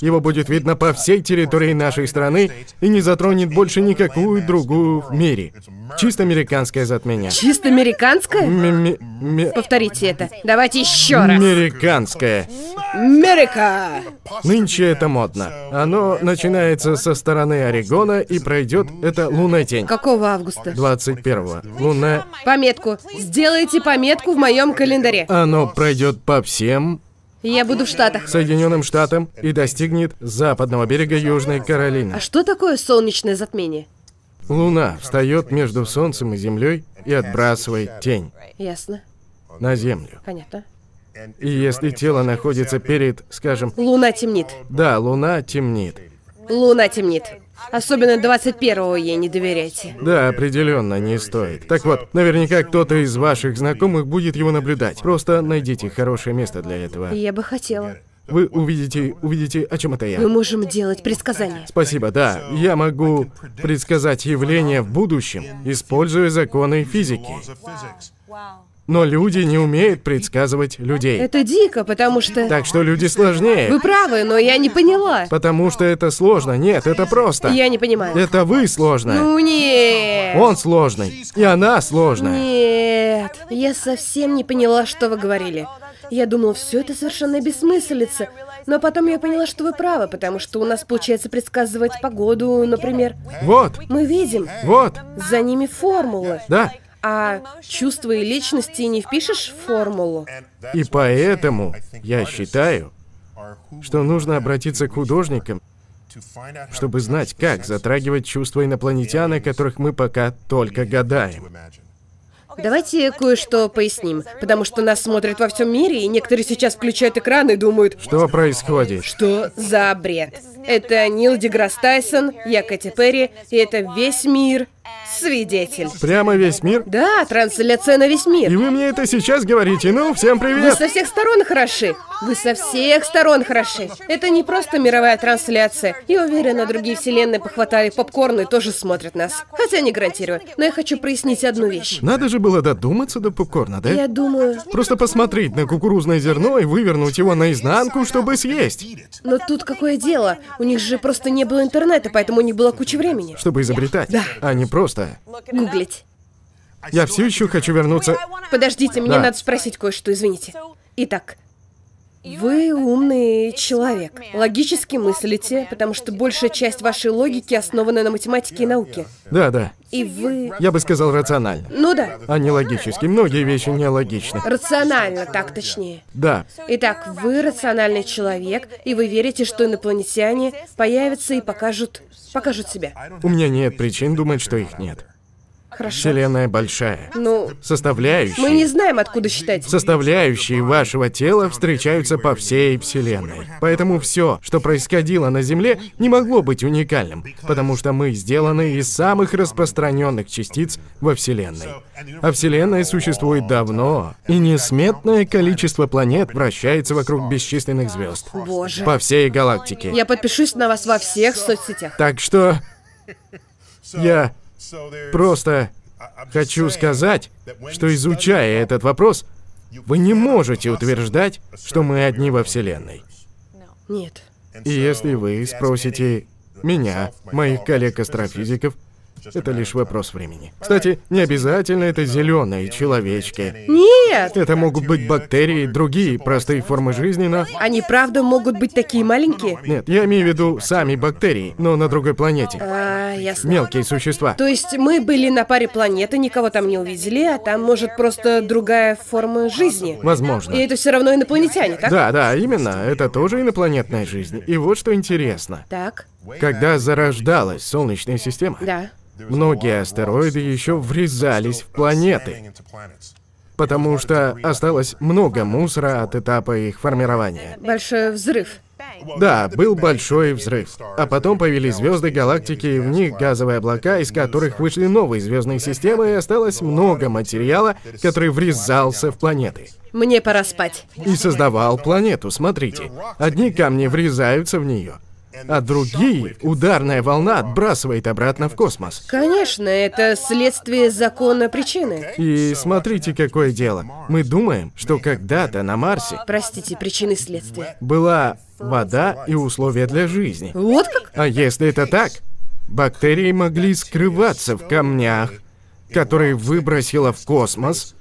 S3: Его будет видно по всей территории нашей страны и не затронет больше никакую другую в мире. Чисто американское затмение.
S4: Чисто американское?
S3: М- м- ме-
S4: Повторите это. Давайте еще раз.
S3: Американское.
S4: Америка!
S3: Нынче это модно. Оно начинается со стороны Орегона и пройдет это лунная тень.
S4: Какого августа?
S3: 21 луна
S4: Пометку. Сделайте пометку в моем календаре.
S3: Оно пройдет по всем
S4: Я буду в Штатах.
S3: Соединенным Штатам и достигнет западного берега Южной
S4: А
S3: Каролины.
S4: что такое солнечное затмение?
S3: Луна встает между Солнцем и Землей и отбрасывает тень
S4: Ясно.
S3: на Землю.
S4: Понятно.
S3: И если тело находится перед, скажем,
S4: Луна темнит.
S3: да, Луна темнит.
S4: Луна темнит. Особенно 21-го ей не доверяйте.
S3: Да, определенно не стоит. Так вот, наверняка кто-то из ваших знакомых будет его наблюдать. Просто найдите хорошее место для этого.
S4: Я бы хотела.
S3: Вы увидите, увидите, о чем это я.
S4: Мы можем делать предсказания.
S3: Спасибо, да. Я могу предсказать явления в будущем, используя законы физики. Но люди не умеют предсказывать людей.
S4: Это дико, потому что...
S3: Так что люди сложнее.
S4: Вы правы, но я не поняла.
S3: Потому что это сложно. Нет, это просто.
S4: Я не понимаю.
S3: Это вы сложно.
S4: Ну нет.
S3: Он сложный. И она сложная.
S4: Нет. Я совсем не поняла, что вы говорили. Я думала, все это совершенно бессмыслица. Но потом я поняла, что вы правы, потому что у нас получается предсказывать погоду, например.
S3: Вот,
S4: Мы видим.
S3: вот.
S4: За ними формулы.
S3: Да.
S4: А чувства и личности не впишешь в формулу.
S3: И поэтому я считаю, что нужно обратиться к художникам, чтобы знать, как затрагивать чувства инопланетян, о которых мы пока только гадаем.
S4: Давайте кое-что поясним, потому что нас смотрят во всем мире, и некоторые сейчас включают экран и думают,
S3: Что происходит?
S4: что за бред. Это Нил Деграсс Тайсон, я Кэти Перри, и это весь мир, Свидетель.
S3: Прямо весь мир?
S4: Да, трансляция на весь мир.
S3: И вы мне это сейчас говорите? Ну, всем
S4: Вы
S3: привет!
S4: со всех сторон хороши. Вы со всех сторон хороши. Это не просто мировая трансляция. Я уверена, другие вселенные похватали попкорн и тоже смотрят нас. Хотя не гарантирую. Но я хочу прояснить одну вещь.
S3: Надо же было додуматься до попкорна, да?
S4: Я думаю...
S3: Просто посмотреть на кукурузное зерно и вывернуть его наизнанку, чтобы съесть.
S4: Но тут какое дело? У них же просто не было интернета, поэтому у них была куча времени.
S3: Чтобы изобретать, а не просто.
S4: Гуглить.
S3: Я все еще хочу вернуться.
S4: Подождите, мне
S3: Ну, Да.
S4: надо спросить кое-что, извините. Итак, вы умный человек. Логически мыслите, потому что большая часть вашей логики основана на математике и науке.
S3: Да, да.
S4: И вы...
S3: Я бы сказал рационально.
S4: Ну да,
S3: А не логически. Многие вещи нелогичны.
S4: рационально, так точнее.
S3: Да.
S4: Итак, вы рациональный человек, и вы верите, что инопланетяне появятся и покажут... покажут себя.
S3: У меня нет причин думать, что их нет.
S4: Хорошо.
S3: Вселенная большая.
S4: Ну, мы не
S3: Составляющие.
S4: знаем, откуда считать.
S3: Составляющие вашего тела встречаются по всей Вселенной. Поэтому все, что происходило на Земле, не могло быть уникальным, потому что мы сделаны из самых распространенных частиц во Вселенной. А Вселенная существует давно, и несметное количество планет вращается вокруг бесчисленных звезд.
S4: Боже.
S3: По всей галактике.
S4: Я подпишусь на вас во всех соцсетях.
S3: Так что я просто хочу сказать, что изучая этот вопрос, вы не можете утверждать, что мы одни во Вселенной.
S4: Нет.
S1: И
S3: И если вы спросите меня, моих коллег-астрофизиков, это лишь вопрос времени. Кстати, не обязательно это зеленые человечки.
S4: Нет!
S3: Это могут быть бактерии, другие простые формы жизни, но...
S4: Они правда могут быть такие маленькие?
S3: Нет, я имею в виду сами бактерии, но на другой планете.
S4: А, ясно.
S3: Мелкие существа.
S4: То есть мы были на паре планеты, никого там не увидели, а там, может, просто другая форма жизни.
S3: Возможно.
S4: И это все равно инопланетяне, так?
S3: Да, да, именно. Это тоже инопланетная жизнь. И вот что интересно.
S4: Так,
S3: Когда зарождалась Солнечная система,
S4: да.
S3: многие астероиды еще врезались в планеты, потому что осталось много мусора от этапа их формирования.
S4: Большой взрыв.
S3: Да, был большой взрыв. А потом появились звезды, галактики, и в них газовые облака, из которых вышли новые звездные системы, и осталось много материала, который врезался в планеты.
S4: Мне пора спать.
S3: и создавал планету. Смотрите, одни камни врезаются в нее, а другие ударная волна отбрасывает обратно в космос.
S4: Конечно, это следствие закона причины.
S3: И смотрите, какое дело. Мы думаем, что когда-то на Марсе
S4: Простите, причины следствия.
S3: была вода и условия для жизни.
S4: Вот как?
S3: А если это так, бактерии могли скрываться в камнях, которые выбросило в космос,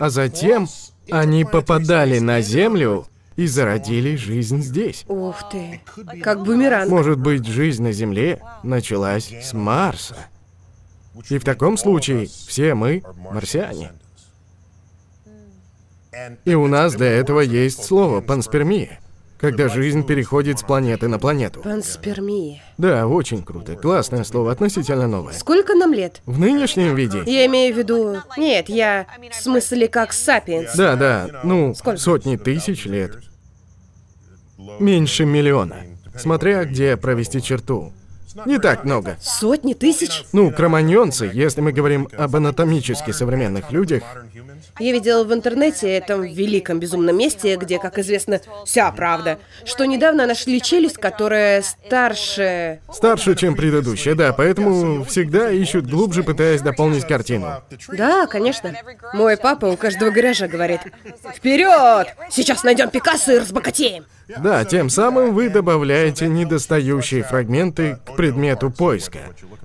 S3: а затем они попадали на Землю и зародили жизнь здесь.
S4: Ух ты. Как бумеранг.
S3: Может быть, жизнь на Земле началась с Марса. И в таком случае все мы марсиане. И у нас для этого есть слово панспермия, когда жизнь переходит с планеты на планету.
S4: Панспермия.
S3: Да, очень круто. Классное слово, относительно новое.
S4: Сколько нам лет?
S3: В нынешнем виде?
S4: Я имею в виду... Нет, я... В смысле, как сапиенс.
S3: Да, да, ну, сотни тысяч лет. Меньше миллиона. Смотря где провести черту. Не так много.
S4: Сотни тысяч?
S3: Ну, кроманьонцы, если мы говорим об анатомически современных людях,
S4: Я видела в интернете этом великом безумном месте, где, как известно, вся правда, что недавно нашли челюсть, которая старше...
S3: старше, чем предыдущая, да, поэтому всегда ищут глубже, пытаясь дополнить картину.
S4: Да, конечно. Мой папа у каждого гаража говорит, «Вперед! Сейчас найдем Пикассо и разбогатеем!»
S3: Да, тем самым вы добавляете недостающие фрагменты к предмету поиска.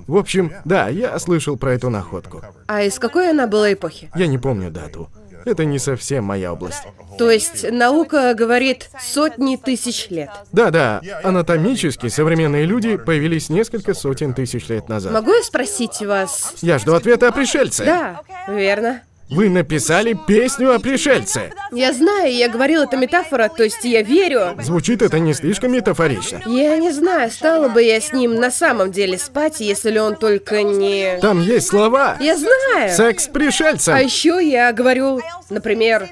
S3: В общем, да, я слышал про эту находку.
S4: А из какой она была эпохи?
S3: Я не помню дату. Это не совсем моя область.
S4: То есть наука говорит сотни тысяч лет.
S3: Да-да, анатомически современные люди появились несколько сотен тысяч лет назад.
S4: Могу я спросить вас?
S3: Я жду ответа о пришельце.
S4: Да, верно.
S3: Вы написали песню о пришельце.
S4: Я знаю, я говорил, это метафора, то есть я верю.
S3: Звучит это не слишком метафорично.
S4: Я не знаю, стала бы я с ним на самом деле спать, если он только не...
S3: Там есть слова.
S4: Я знаю.
S3: Секс с пришельцем.
S4: А еще я говорю, например,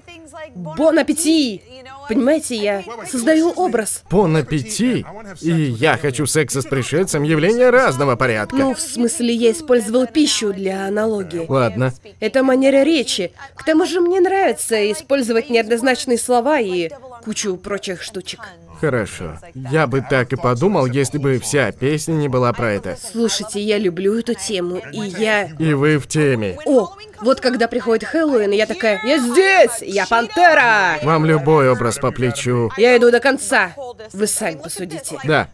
S4: «Бон аппетит!» Понимаете, я создаю образ.
S3: Пон аппетит и я хочу секса с пришельцем явление разного порядка.
S4: Ну, в смысле, я использовал пищу для аналогии.
S3: Ладно.
S4: Это манера речи. К тому же мне нравится использовать неоднозначные слова и кучу прочих штучек.
S3: Хорошо. Я бы так и подумал, если бы вся песня не была про это.
S4: Слушайте, я люблю эту тему, и я...
S3: И вы в теме.
S4: О, вот когда приходит Хэллоуин, я такая, я здесь, я пантера!
S3: Вам любой образ по плечу.
S4: Я иду до конца. Вы сами посудите.
S3: Да.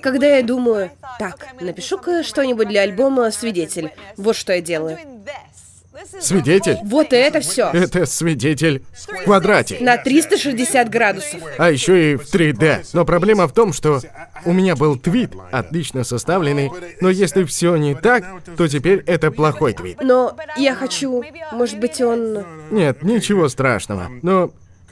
S4: Когда я думаю, так, напишу-ка что-нибудь для альбома «Свидетель». Вот что я делаю.
S3: Свидетель?
S4: Вот и это все.
S3: Это свидетель в квадрате.
S4: На 360 градусов.
S3: А еще и в 3D. Но проблема в том, что у меня был твит, отлично составленный, но если все не так, то теперь это плохой твит.
S4: Но я хочу... Может быть, он...
S3: Нет, ничего страшного. Но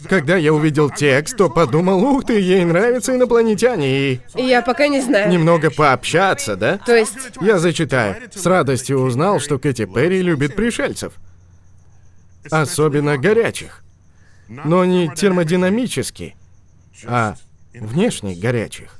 S3: когда я увидел текст, то подумал, ух ты, ей нравятся инопланетяне, и
S4: Я пока не знаю.
S3: немного пообщаться, да?
S4: То есть...
S3: Я зачитаю. С радостью узнал, что Кэти Перри любит пришельцев. Особенно горячих. Но не термодинамически, а внешне горячих.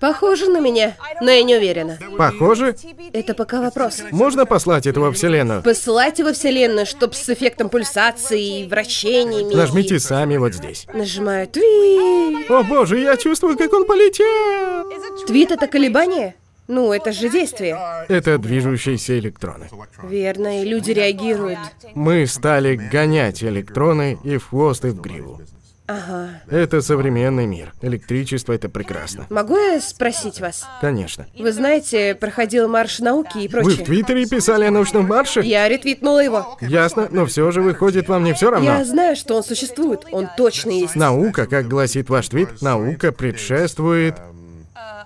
S4: Похоже на меня, но я не уверена.
S3: Похоже,
S4: Это пока вопрос.
S3: можно послать это во Вселенную?
S4: Посылайте во Вселенную, чтоб с эффектом пульсации и вращениями... и-
S3: Нажмите сами вот здесь.
S4: Нажимаю твит.
S3: О боже, я чувствую, как он полетел!
S4: Твит — это колебание? Ну, это же действие.
S3: Это движущиеся электроны.
S4: Верно, и люди реагируют.
S3: Мы стали гонять электроны и в хвост, и в гриву.
S4: Ага.
S3: Это современный мир. Электричество — это прекрасно.
S4: Могу я спросить вас?
S3: Конечно.
S4: Вы знаете, проходил марш науки и
S3: Вы в
S4: прочее.
S3: Твиттере писали о научном марше?
S4: Я ретвитнула его.
S3: Ясно, но все же выходит вам не все равно.
S4: Я знаю, что он существует. Он точно есть.
S3: Наука, как гласит ваш твит, наука предшествует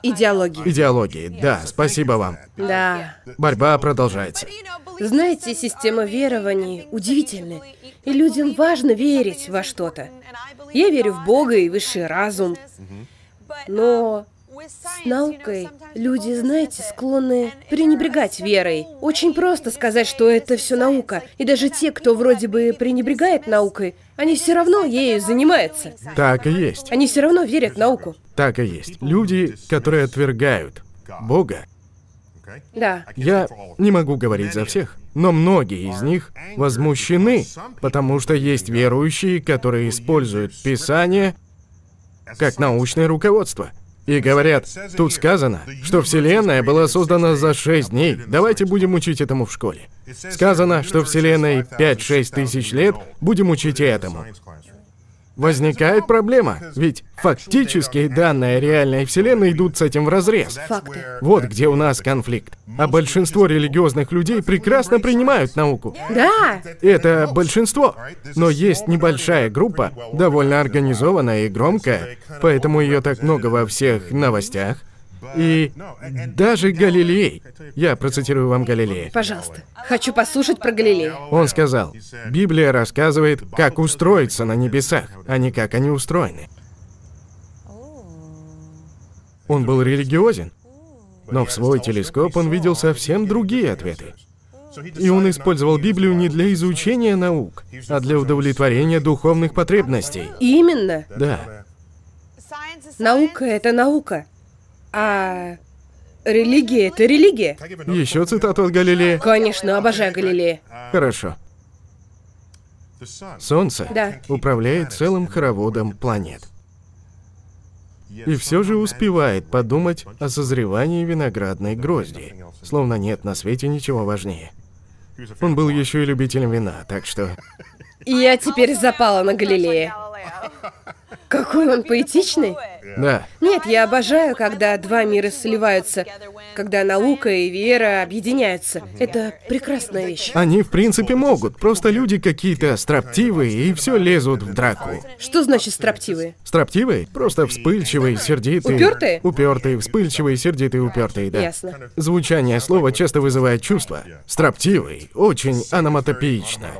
S4: Идеологии.
S3: идеологии. Да, спасибо вам.
S4: Да.
S3: Борьба продолжается.
S2: Знаете, система верований удивительна. И людям важно верить во что-то. Я верю в Бога и высший разум.
S4: Но
S2: Но
S4: с наукой люди, знаете, склонны пренебрегать верой. Очень просто сказать, что это все наука. И даже те, кто вроде бы пренебрегает наукой, они все равно ею занимаются.
S3: Так и есть.
S4: Они все равно верят в науку.
S3: Так и есть. Люди, которые отвергают Бога,
S4: Да.
S3: я не могу говорить за всех, но многие из них возмущены, потому что есть верующие, которые используют Писание как научное руководство. И говорят, тут сказано, что Вселенная была создана за 6 дней. Давайте будем учить этому в школе. Сказано, что Вселенной 5-6 тысяч лет, будем учить и этому. Возникает проблема, ведь фактически данные о реальной Вселенной идут с этим в разрез.
S4: Факты.
S3: Вот где у нас конфликт. А большинство религиозных людей прекрасно принимают науку.
S4: Да.
S3: Это большинство. Но есть небольшая группа, довольно организованная и громкая, поэтому ее так много во всех новостях. И даже Галилей, я процитирую вам Галилея,
S4: Пожалуйста. Хочу послушать про Галилея.
S3: он сказал, Библия рассказывает, как устроиться на небесах, а не как они устроены. Он был религиозен, но в свой телескоп он видел совсем другие ответы. И он использовал Библию не для изучения наук, а для удовлетворения духовных потребностей.
S4: Именно.
S3: Да.
S4: Наука — это наука. А религия — это религия.
S3: Еще цитату от Галилея.
S4: Конечно, обожаю Галилея.
S3: Хорошо. Солнце
S4: Да.
S3: управляет целым хороводом планет. И все же успевает подумать о созревании виноградной грозди, словно нет на свете ничего важнее. Он был еще и любителем вина, так что...
S4: И я теперь запала на Галилея. Какой он поэтичный.
S3: Да,
S4: Нет, я обожаю, когда два мира сливаются, когда наука и вера объединяются. Это прекрасная вещь.
S3: они в принципе могут, просто люди какие-то строптивые и все лезут в драку.
S4: Что значит строптивые?
S3: Строптивые? Просто вспыльчивые, сердитые.
S4: Упертые?
S3: Упертые, вспыльчивые, сердитые, упертые, да.
S4: Ясно.
S3: Звучание слова часто вызывает чувство. Строптивый, очень аноматопеично.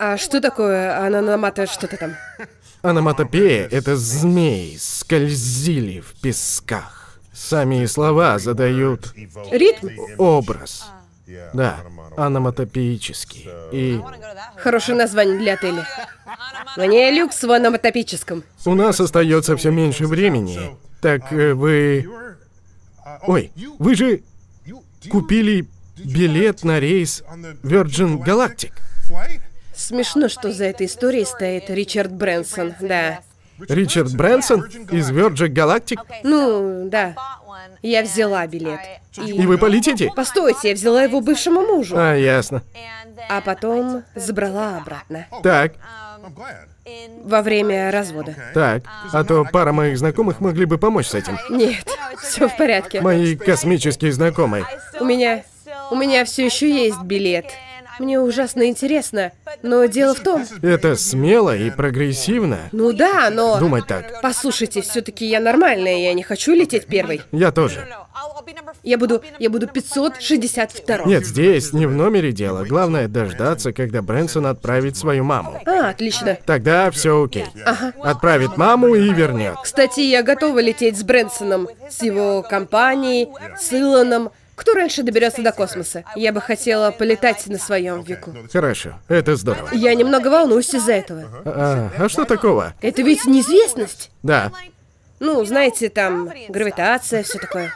S4: А что такое ананамата что-то там?
S3: Аноматопея — это змеи, скользили в песках. Сами слова задают
S4: Ритм?
S3: образ. Да, аноматопеический. И
S2: Хорошее название для отеля. Мне люкс в аноматопическом.
S3: у нас остается все меньше времени. Так э, вы... Ой, вы же купили билет на рейс Virgin Galactic.
S2: Смешно, что за этой историей стоит Ричард Брэнсон, да.
S3: Ричард Брэнсон из Virgin Galactic?
S2: Ну, да. Я взяла билет.
S3: И вы полетите?
S2: Постойте, я взяла его бывшему мужу,
S3: А, ясно.
S2: а потом забрала обратно.
S3: Так,
S2: Во время развода.
S3: так. А то пара моих знакомых могли бы помочь с этим.
S2: Нет, все в порядке.
S3: Мои космические знакомые.
S2: У меня... У меня все еще есть билет. Мне ужасно интересно, но дело в том...
S3: Это смело и прогрессивно.
S2: Ну да, но...
S3: Думать так.
S2: Послушайте, все-таки я нормальная, я не хочу лететь первой.
S3: Я тоже.
S2: Я буду... Я буду 562
S3: Нет, здесь не в номере дело. Главное дождаться, когда Брэнсон отправит свою маму.
S2: А, отлично.
S3: Тогда все окей. Отправит маму и вернет.
S2: Кстати, я готова лететь с Брэнсоном, с его компанией, с Илоном. Кто раньше доберется до космоса? Я бы хотела полетать на своем веку.
S3: Хорошо, это здорово.
S2: Я немного волнуюсь из-за этого.
S3: А, а что такого?
S2: Это ведь неизвестность.
S3: Да.
S2: Ну, знаете, там гравитация, все такое.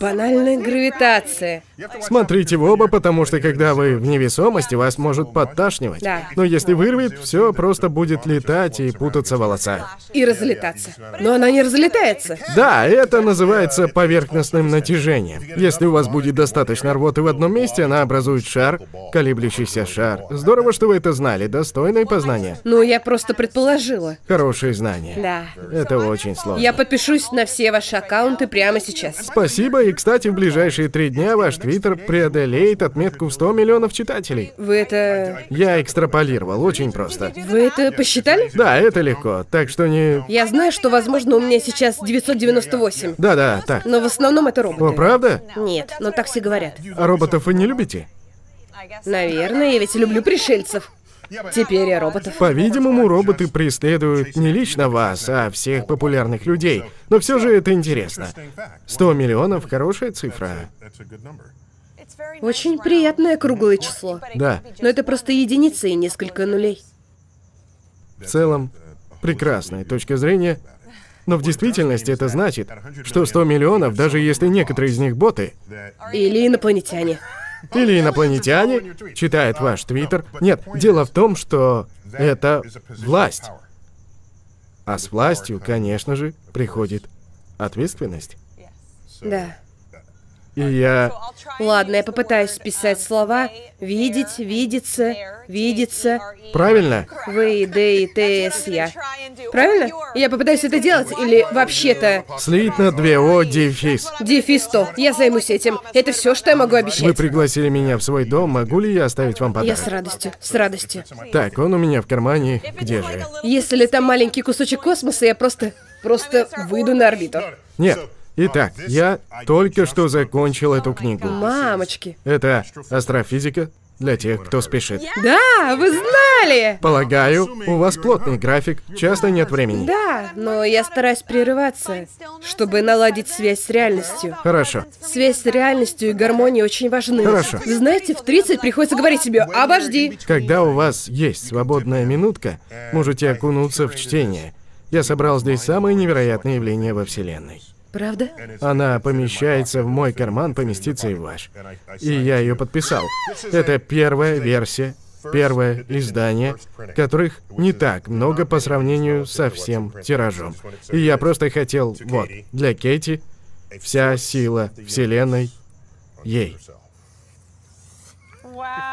S2: Банальная гравитация.
S3: Смотрите в оба, потому что когда вы в невесомости, вас может подташнивать.
S2: Да.
S3: Но если вырвет, все просто будет летать и путаться в волосах.
S2: И разлетаться. Но она не разлетается.
S3: Да, это называется поверхностным натяжением. Если у вас будет достаточно рвоты в одном месте, она образует шар, колеблющийся шар. Здорово, что вы это знали. Достойное познание.
S2: Ну, я просто предположила.
S3: Хорошие знания.
S2: Да.
S3: Это очень сложно.
S2: Я подпишусь на все ваши аккаунты прямо сейчас.
S3: Спасибо, и, кстати, в ближайшие три дня ваш твиттер преодолеет отметку в 100 миллионов читателей.
S2: Вы это...
S3: Я экстраполировал, очень просто.
S2: Вы это посчитали?
S3: Да, это легко, так что не...
S2: Я знаю, что, возможно, у меня сейчас 998.
S3: Да-да, так.
S2: Но в основном это роботы.
S3: О, правда?
S2: Нет, но так все говорят.
S3: А роботов вы не любите?
S2: Наверное, я ведь люблю пришельцев. Теперь я роботов.
S3: По-видимому, роботы преследуют не лично вас, а всех популярных людей. Но все же это интересно. 100 миллионов – хорошая цифра.
S2: Очень приятное круглое число.
S3: Да,
S2: Но это просто единицы и несколько нулей.
S3: в целом, прекрасная точка зрения. Но в действительности это значит, что 100 миллионов, даже если некоторые из них боты,
S2: Или инопланетяне.
S3: или инопланетяне, читает ваш твиттер. Нет, дело в том, что это власть. А с властью, конечно же, приходит ответственность.
S2: Да.
S3: И я...
S2: Ладно, я попытаюсь списать слова. Видеть, видеться, видеться.
S3: Правильно?
S2: Вы, Д, и Т, С, я. Правильно? Я попытаюсь это делать или вообще-то
S3: Слить на две О дефис.
S2: дефисто. Я займусь этим. Это все, что я могу
S3: Вы
S2: обещать.
S3: пригласили меня в свой дом, могу ли я оставить вам
S2: Я с
S3: подарок?
S2: радостью, с радостью.
S3: Так, он у меня в кармане. Где же?
S2: Если там маленький кусочек космоса, я просто, просто выйду на орбиту.
S3: Нет. Итак, я только что закончил эту книгу.
S2: Мамочки.
S3: Это астрофизика для тех, кто спешит.
S2: Да, вы знали!
S3: Полагаю, у вас плотный график, часто нет времени.
S2: Да, но я стараюсь прерываться, чтобы наладить связь с реальностью.
S3: Хорошо.
S2: Связь с реальностью и гармония очень важны.
S3: Хорошо.
S2: Вы знаете, в 30 приходится говорить себе «обожди».
S3: Когда у вас есть свободная минутка, можете окунуться в чтение. Я собрал здесь самые невероятные явления во Вселенной.
S2: Правда?
S3: Она помещается в мой карман, поместится и в ваш. И я ее подписал. Это первая версия, первое издание, которых не так много по сравнению со всем тиражом. И я просто хотел, вот, для Кейти вся сила Вселенной ей.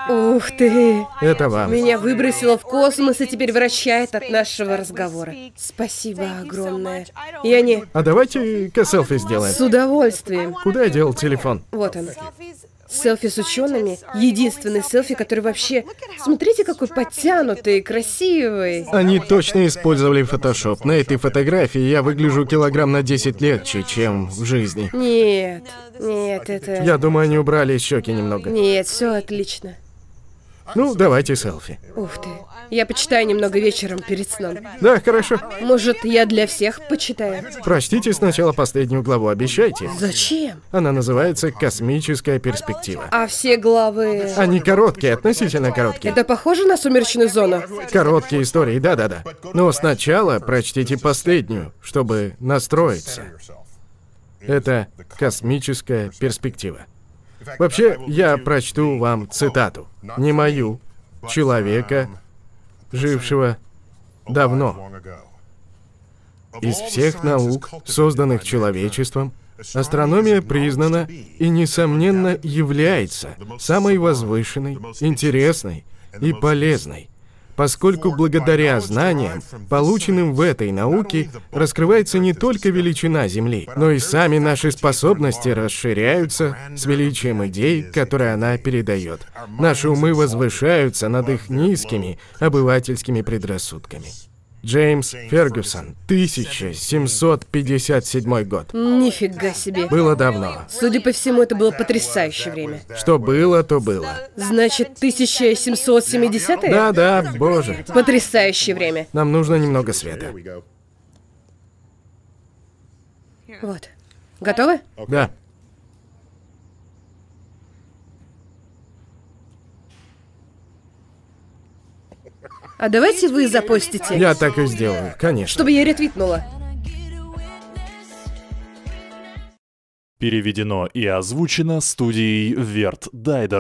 S2: Ух ты!
S3: Это вам.
S2: Меня выбросило в космос и теперь вращает от нашего разговора. Спасибо огромное. Я не...
S3: А давайте-ка селфи сделаем.
S2: С удовольствием.
S3: Куда я делал телефон?
S2: Вот он. Селфи с учеными. Единственный селфи, который вообще... Смотрите, какой подтянутый, красивый.
S3: Они точно использовали фотошоп. На этой фотографии я выгляжу килограмм на 10 легче, чем в жизни.
S2: Нет, нет, это...
S3: Я думаю, они убрали щеки немного.
S2: Нет, все отлично.
S3: Ну, давайте селфи.
S2: Ух ты. Я почитаю немного вечером перед сном.
S3: Да, хорошо.
S2: Может, я для всех почитаю?
S3: Прочтите сначала последнюю главу, обещайте.
S2: Зачем?
S3: Она называется «Космическая перспектива».
S2: А все главы...
S3: Они короткие, относительно короткие.
S2: Это похоже на «Сумеречную зону»?
S3: Короткие истории, да-да-да. Но сначала прочтите последнюю, чтобы настроиться. Это «Космическая перспектива». Вообще, я прочту вам цитату. Не мою, человека, жившего давно. Из всех наук, созданных человечеством, астрономия признана и, несомненно, является самой возвышенной, интересной и полезной, поскольку благодаря знаниям, полученным в этой науке, раскрывается не только величина Земли, но и сами наши способности расширяются с величием идей, которые она передает. Наши умы возвышаются над их низкими обывательскими предрассудками. Джеймс Фергюсон, 1757 год.
S2: Нифига себе.
S3: Было давно.
S2: Судя по всему, это было потрясающее время.
S3: Что было, то было.
S2: Значит, 1770-е?
S3: Да-да, боже.
S2: Потрясающее время.
S3: Нам нужно немного света.
S2: Вот. Готовы?
S3: Да.
S2: А давайте вы запостите.
S3: Я так и сделаю, конечно.
S2: Чтобы я ретвитнула.
S6: Переведено и озвучено студией Верт Дайдер.